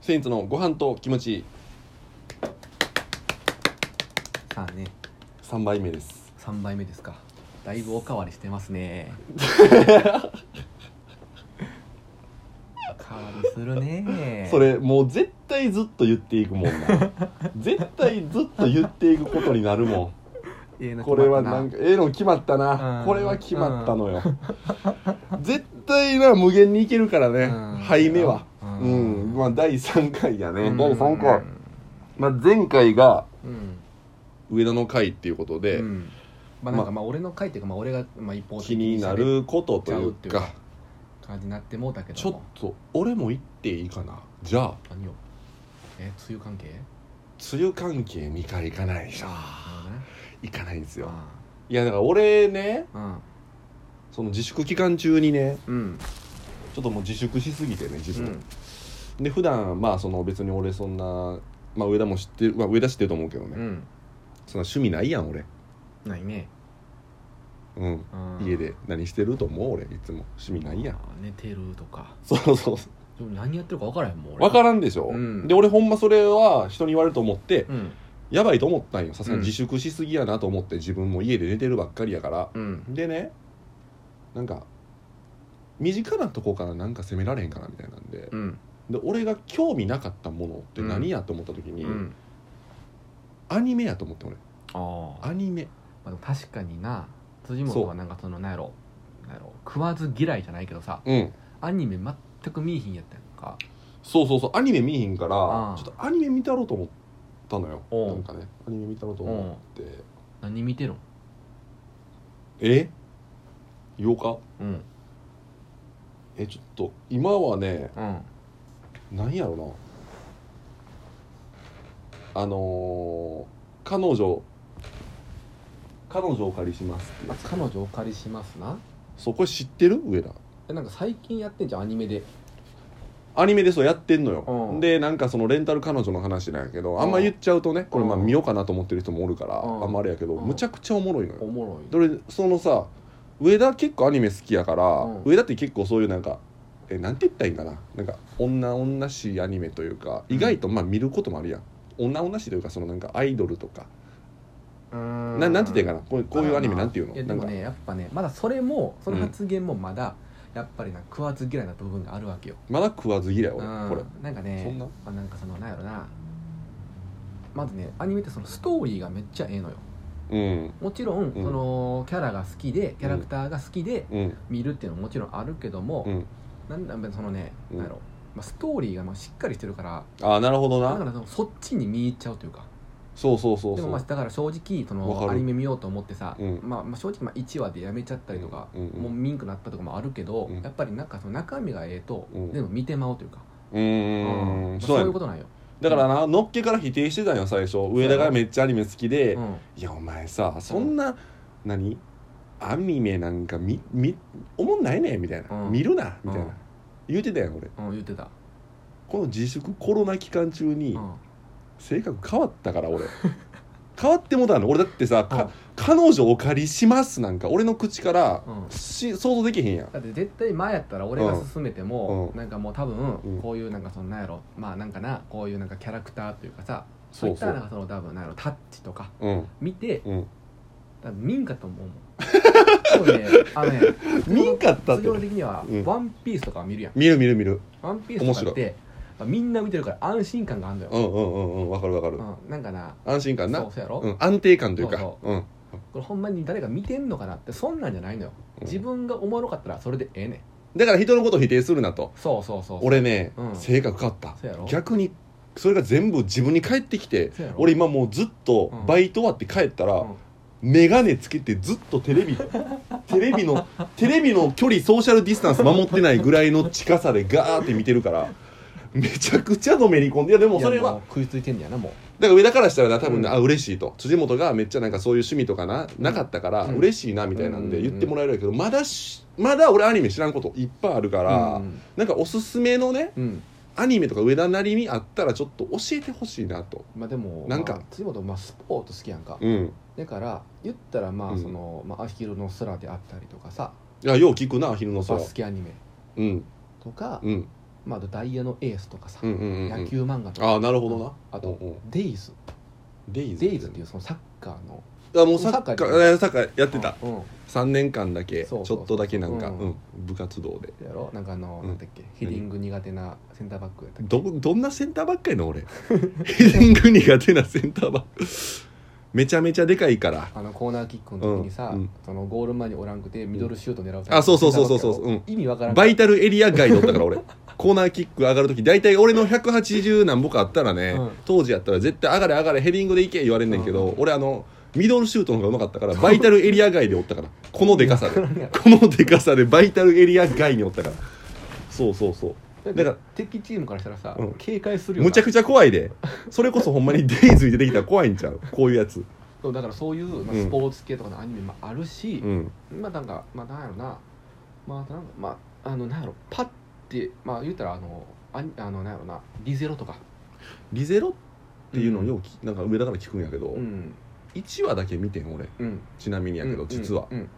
セインツのご飯とキムチさあね3杯目です3杯目ですかだいぶおかわりしてます ねおかわりするねそれもう絶対ずっと言っていくもん な絶対ずっと言っていくことになるもんこれはなんかかええの決まったなうんこれは決まったのよ絶対な無限にいけるからねうん杯目はううんんまあ第3回やね第3回まあ前回がうん上田の回っていうことでうんまあなんかまあ俺の回っていうかまあ俺がまあ一方的気になることというちゃうってか感じになってもうたけどちょっと俺も行っていいかなじゃあ何をえ梅雨関係梅雨関係2回行かないでしょあ行かないんですあよいやだから俺ねあその自粛期間中にねうんちょっともう自粛しすぎてね自う分ん、で普段まあその別に俺そんな、まあ、上田も知ってる、まあ、上田知ってると思うけどね、うん、そんな趣味ないやん俺ないねうんうん家で何してると思う俺いつも趣味ないやん あー寝てるとかそう そうでも何やってるか分からへんもん分らからんでしょ、うんで俺ほんまそれは人に言われると思ってうんやばいと思ったんよさすがにうん自粛しすぎやなと思って自分も家で寝てるばっかりやからうんでねなんか身近なとこからなんか攻められへんかなみたいなんでうんで俺が興味なかったものって何やと思った時に、うんアニメやと思って俺ああアニメまあ、でも確かにな辻元はなんかそのなんやろなんやろ食わず嫌いじゃないけどさうんアニメ全く見えひんやったやんかそうそうそうアニメ見えへんからああちょっとアニメ見たろうと思ったのよおうなんかねアニメ見たろうと思って何見てるんえ言おうかうんえちょっと今はねうん何やろなあのー彼女彼女お借りしますっていう彼女お借りしますなそうこれ知ってる上田えなんか最近やってんじゃんアニメでアニメでそうやってんのうよんでなんかそのレンタル彼女の話なんやけどあんま言っちゃうとねこれまあうん見ようかなと思ってる人もおるからうんあんまあれやけどうんむちゃくちゃおもろいのおよもろいどれそのさ上田結構アニメ好きやからうん上田って結構そういうなんかえなんて言ったらいいんかななんか女女しいアニメというか意外とまあ見ることもあるやん女女しいというかそのなんかアイドルとかなななんて言うかなこうこういうアニメなんていうのやなでんもかねやっぱねまだそれもそのうん発言もまだ、やっぱりな食わず嫌いな部分があるわけよ、まだ食わず嫌い俺うんこれなんかねそんなまあ、なんかそのなんやろなまずねアニメってそのストーリーがめっちゃええのようんもちろん、そのキャラが好きでキャラクターが好きでうん見るっていうのももちろんあるけども、うんなんだろうそのね、うんなんやろまあ、ストーリーがまあしっかりしてるからああなるほどだなからそのそっちに見入っちゃうというかそうそうそうでそもまあうだから正直そわかるのアニメ見ようと思ってさ、うんまあ、まあ正直まあ1話でやめちゃったりとか、うんうんうんもうミンクなったとかもあるけど、うんやっぱりなんかその中身がええと、うんでも見てまおうというか、ううーんんそそううやいねうことなんよ、だからなのっけから否定してたんよ最初上田がめっちゃアニメ好きでうん「いやお前さそんな何アニメなんかみみおもんないね」みたいなう「ん見るな」みたいうな言うてたやん俺うん、言ってた、この自粛コロナ期間中うにん、性格変わったから俺変わってもだの俺だってさうかん「彼女お借りします」なんか俺の口からうんし想像できへんやんだって絶対前やったら俺が勧めても、うんなんかもう多うん分こういうなんかそのなんやろまあなんかなこういうなんかキャラクターというかさそういったなんかその多分なんやろタッチとかうん見てうん多分民家と思うもん そうねあのね見んかったっ卒て業的にはうん「ワンピースとかは見るやん見る見る見るワンピースとかってまあみんな見てるから安心感があるんだうよ、んうんうんうんわかるわかるうん、なんかな安心感なそうそうやろ、うん、安定感というかそううんこれほんまに誰が見てんのかなってそんなんじゃないのよ自分がおもろかったらそれでええねんだから人のことを否定するなとそうそうそう俺ね、うん性格変わったそうやろ逆にそれが全部自分に返ってきてそうやろ俺今もうずっとうんバイト終わって帰ったら、うん眼鏡つけてずっとテレビ テレビのテレビの距離ソーシャルディスタンス守ってないぐらいの近さでガーって見てるからめちゃくちゃのめり込んでいやでもそれいやもはう食いついてんねやなもうだから上田からしたらな多分ね、うんあ嬉しいと辻元がめっちゃなんかそういう趣味とかななかったから、うん嬉しいなみたいなんでうんうんう言んってもらえるやけど、まだしまだ俺アニメ知らんこといっぱいあるから、うんなんかおすすめのねうんアニメとか上田なりにあったらちょっと教えてほしいなとまあでもなんかまあ辻元まあスポーツ好きやんかうんだから言ったらまうあんそのまあアヒルの空であったりとかさいやよう聞くな昼の空バスケアニメうんとかうんまあ、あとダイヤのエースとかさ、うんうんうんうん野球漫画とかああなるほどなあうとんうんデイズデイズデイズっていうそのサッカーのあもうサッカサッカーーあサッカーやってた、うんうん3年間だけちそょうそうそうっとだけなんか、うんうん部活動でやろなんかあの、うんなんだっけヒディング苦手なセンターバックやったっどどんなセンターばっかりの俺ヘディング苦手なセンターばっかめちゃめちゃでかいからけあのコーナーキックの時にさ、うんうんそのゴール前におらんくてミドルシュート狙うタイプあそうそうそうそうそうセンターバックやろ意味わからんバイ タルエリア外だったから俺コーナーキック上がる時大体俺の180何歩かあったらね、うん当時やったら絶対上がれ上がれヘディングでいけ言われんねんけど、うん俺あのミドルシュートの方がうまかったからバイタルエリア外でおったからこのでかさで何やこのでかさでバイタルエリア外におったからそうそうそうだかだからら敵チームからしたらさ、うん警戒するよなむちゃくちゃ怖いでそれこそほんまにデイズに出てきたら怖いんちゃうこういうやつそうだからそういう、まあ、うんスポーツ系とかのアニメもあるしう、んまあなんかまあなんやろなまあなんかまああのなんやろパッてまあ言ったらあのあにあのなんやろなリゼロとか、リゼロっていうのをようき、なんか上だから聞くんやけど、うん1話だけ見てん俺うん、ちなみにやけど、うん実は、うんうん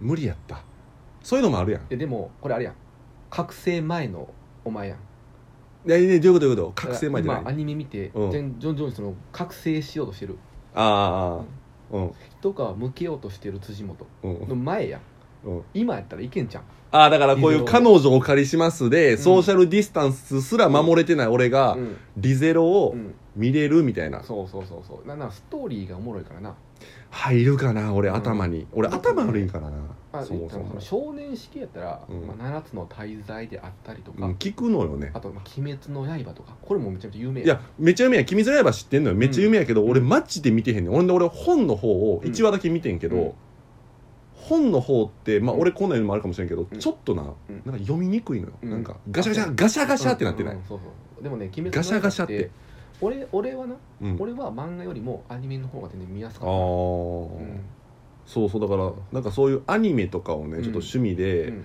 無理やったそういうのもあるやんででもこれあれやん覚醒前のお前やんいやいやどういうことどういうこと覚醒前じゃ今なアいニメ見て、うんじゃん徐々にその覚醒しようとしてるああうんとか向けようとしてる辻元うんの前やんうん今やったらいけんじゃんああだからこういう「彼女をお借りしますで」んソーシャルディスタンスすら守れてない俺が、うん、リゼロをうん、見れるみたいな、そうそうそうそうななストーリーがおもろいからな、入るかな俺うん頭に、俺頭悪いからな、まあ、そもそ言ったもらその少年式やったら、うんまあ、7つの大罪であったりとか、うん聞くのよねあと「まあ鬼滅の刃」とかこれもめちゃめちゃ有名いやめっちゃ有名や「君の刃」知ってんのよめっちゃ有名やけど、うん俺マジで見てへんねんほんで俺本の方をうん1話だけ見てんけど、うん本の方ってまあうん俺こんなのもあるかもしれんけど、うんちょっとな,、うんなんか読みにくいのよ、うんなんかガシャガシャガシャガシャってなってない、うんうんそうそうでもね「鬼滅の刃」ガシャガシャって俺俺はな、うん俺は漫画よりもアニメの方が全然見やすあかあ、ったうんそうそうだからなんかそういうアニメとかをねちょっと趣味うで、ん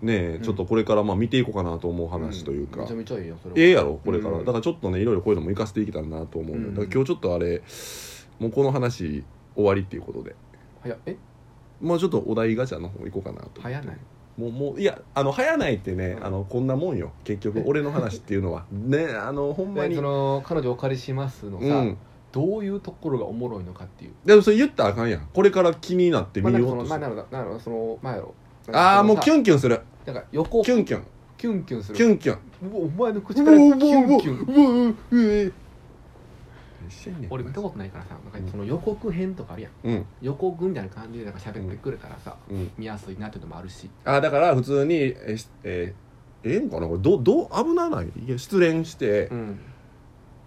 ねえうんちょっとこれからまあ見ていこうかなと思う話というか、んめちゃめちゃいいよそれはええやろこれから、うんだからちょっとねいろいろこういうのも活かしていけたらなと思うのよ、うんだから今日ちょっとあれもうこの話終わりっていうことで早えまあちょっとお題ガチャの方行こうかなと早ないもうもういやあの早ないってね、うんあのこんなもんよ結局俺の話っていうのはねあのほんまでにその彼女お借りしますのさ、うんどういうところがおもろいのかっていうでもそれ言ったらあかんやんこれから気になってまあ見なんよかそとすうのまある、なるほどなるほどそのまあやろああーもうキュュンキュンするなんか横キュンキュンキュンキュンするキュンキュンうわお前の口うからキわうわュンキュンうわうわうわうわ何してんねん俺見たことないからさなんかその予告編とかあるやんうん横軍みたいな感じでなんか喋ってくるからさ、うん見やすいなっていうのもあるしあだから普通にえしえーええんかなこれどうどう危なないいや失恋して、ん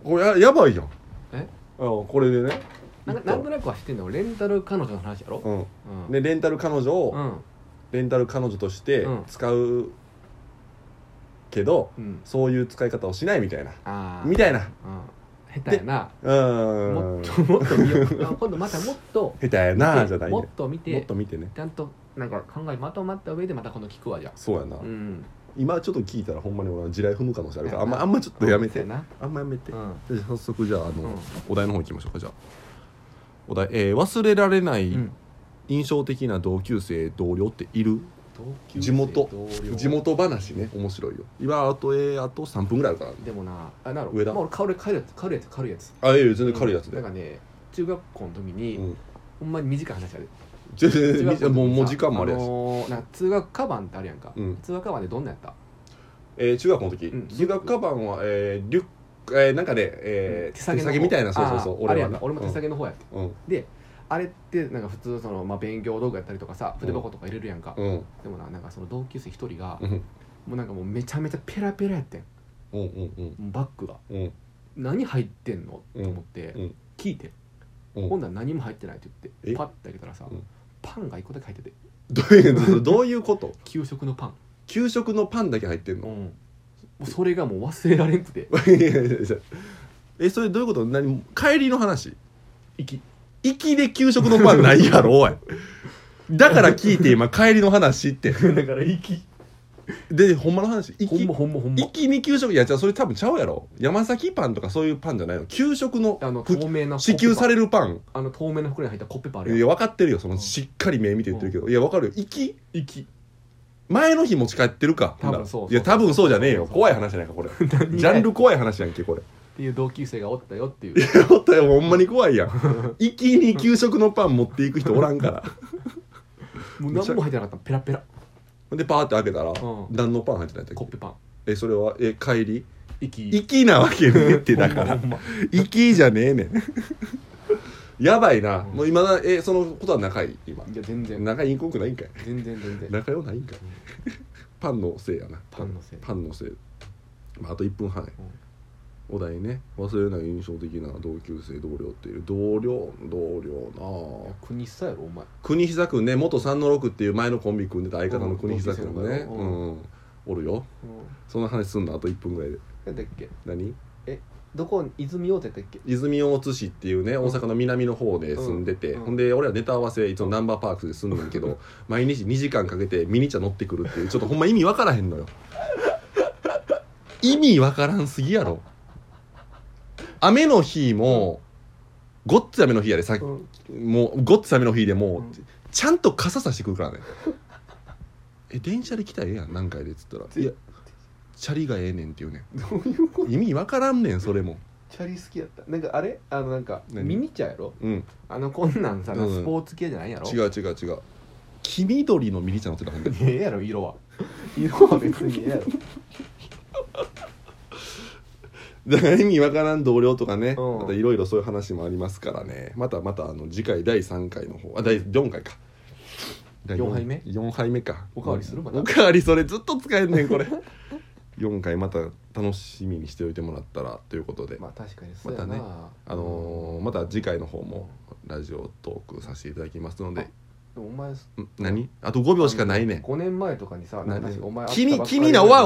これややばいやんえうんこれでねなんかなんとなくは知ってんのレンタル彼女の話やろうんうんでレンタル彼女を、うんレンタル彼女としてうん使うけど、うんそういう使い方をしないみたいなああみたいなうん下手やなうーんもっともっと見よう あ今度またもっと下手やなじゃないねももっと見てっと見てねちゃんとなんか考えまとまった上でまた今度聞くわじゃそうやな、あうん今ちょっと聞いたらほんまに俺は地雷踏む可能性あるからあんうまんあんまちょっとやめて、そうなあんまやめて、うんで早速じゃああの、うんお題の方行きましょうかじゃあお題、えー忘れられないうん印象的な同級生同僚っている、同級生地元同僚地元話ね面白いよ今あとえーあと3分ぐらいあるからねでもなあなる上田まあ、俺軽い軽いやつ軽いやつ軽いやつあいやいや全然軽いやつで、なんかね中学校の時に、うんほんまに短い話やで全然中学校の時にさもうもう時間もあれやし、のーなんか通学カバンってあるやんか、うん通学カバンでどんなんやったえー中学校の時、うん通学カバンは、えーリュック、えーなんかで、えー手提げの方みたいなそうそうそあうーあれ俺やはんかな俺も手提げの方やって、うんであれってなんか普通その、まあ、勉強道具やったりとかさ筆箱とか入れるやんか、うんでもななんかその同級生一人が、うんうんもうなんかもうめちゃめちゃペラペラやってんうんうんもうバッグがうんうん何入ってんの、と思って、うん聞いて、うんほんなら何も入ってないって言っえてパッて開けたらさ、うんパンが一個だけ入っててどういうどういうこと 給食のパン、給食のパンだけ入ってんうん、の、もうそれがもう忘れられんくていやいやいやいや えそれどういうこと何帰りの話息行きで給食のパンないやろ おいだから聞いて今帰りの話ってだから息でほんまの話行ほんきまほんまほんま行きに給食いやじゃあそれ多分ちゃうやろ山崎パンとかそういうパンじゃないの給食のあのふ透明な支給されれるパンあの透明な袋に入ったコッペパンあいるややん分かってるよそうんのしっかり目見て言ってるけどいや分かるよ行き息前の日持ち帰ってるか多分そういや多分そうじゃねえよそう怖い話じゃないか これジャンル怖い話やんけこれっていう同級生がおったよっていういやおったよほんまに怖いやん 一気に給食のパン持っていく人おらんからもう何も入ってなかったペラペラでパーって開けたら、 ん何のパン入ってないんだコっッけペパンえそれはえ帰り息粋なわけねえってだかほ らんまほんま粋じゃねえねん やばいな、うんもう今だえそのことは仲いい今いや全然仲いいんこくないんかい全然全然仲良ないんかい パンのせいやなパンのせいパンのせい、まあ、あと1分半やお題ね忘れない印象的な同級生同僚っていう同僚同僚なあ国さやろお前国久君ね元三の六っていう前のコンビ組んでた相方の国久君ねううんん、おるよその話すんのあと1分ぐらいでなんだっけ何どこ泉大手だっけ泉大津市っていうねうん大阪の南の方で住んでて、うんうんほんで俺らネタ合わせいつもナンバーパークで住んでんけど毎日2時間かけてミニチャ乗ってくるっていうちょっとほんま意味わからへんのよ意味わからんすぎやろ雨の日もごっつ雨の日やでさっきうんもうごっつ雨の日でもう、うんちゃんと傘さしてくるからね え電車で来たらええやん何回でっつったら「いやチャリがええねん」って言うねどういうことん意味わからんねんそれもチャリ好きやったなんかあれあのなんか何ミニチャやろうんあのこんなんさうんスポーツ系じゃないやろ違う違う違う黄緑のミリちゃん乗ってたほんでええやろ色は 色は別にええやろ だから意味わからん同僚とかねうんまたいろいろそういう話もありますからねまたまたあの次回第3回の方あ第4回か第四杯目4杯目かおかわりするまたおかわりそれずっと使えんねんこれ4回また楽しみにしておいてもらったらということで、 まあ確かにそうやなまたあのーまた次回の方もラジオトークさせていただきますのででもお前ん何あと5秒しかないねん5年前とかにさ何なんかお前君君らは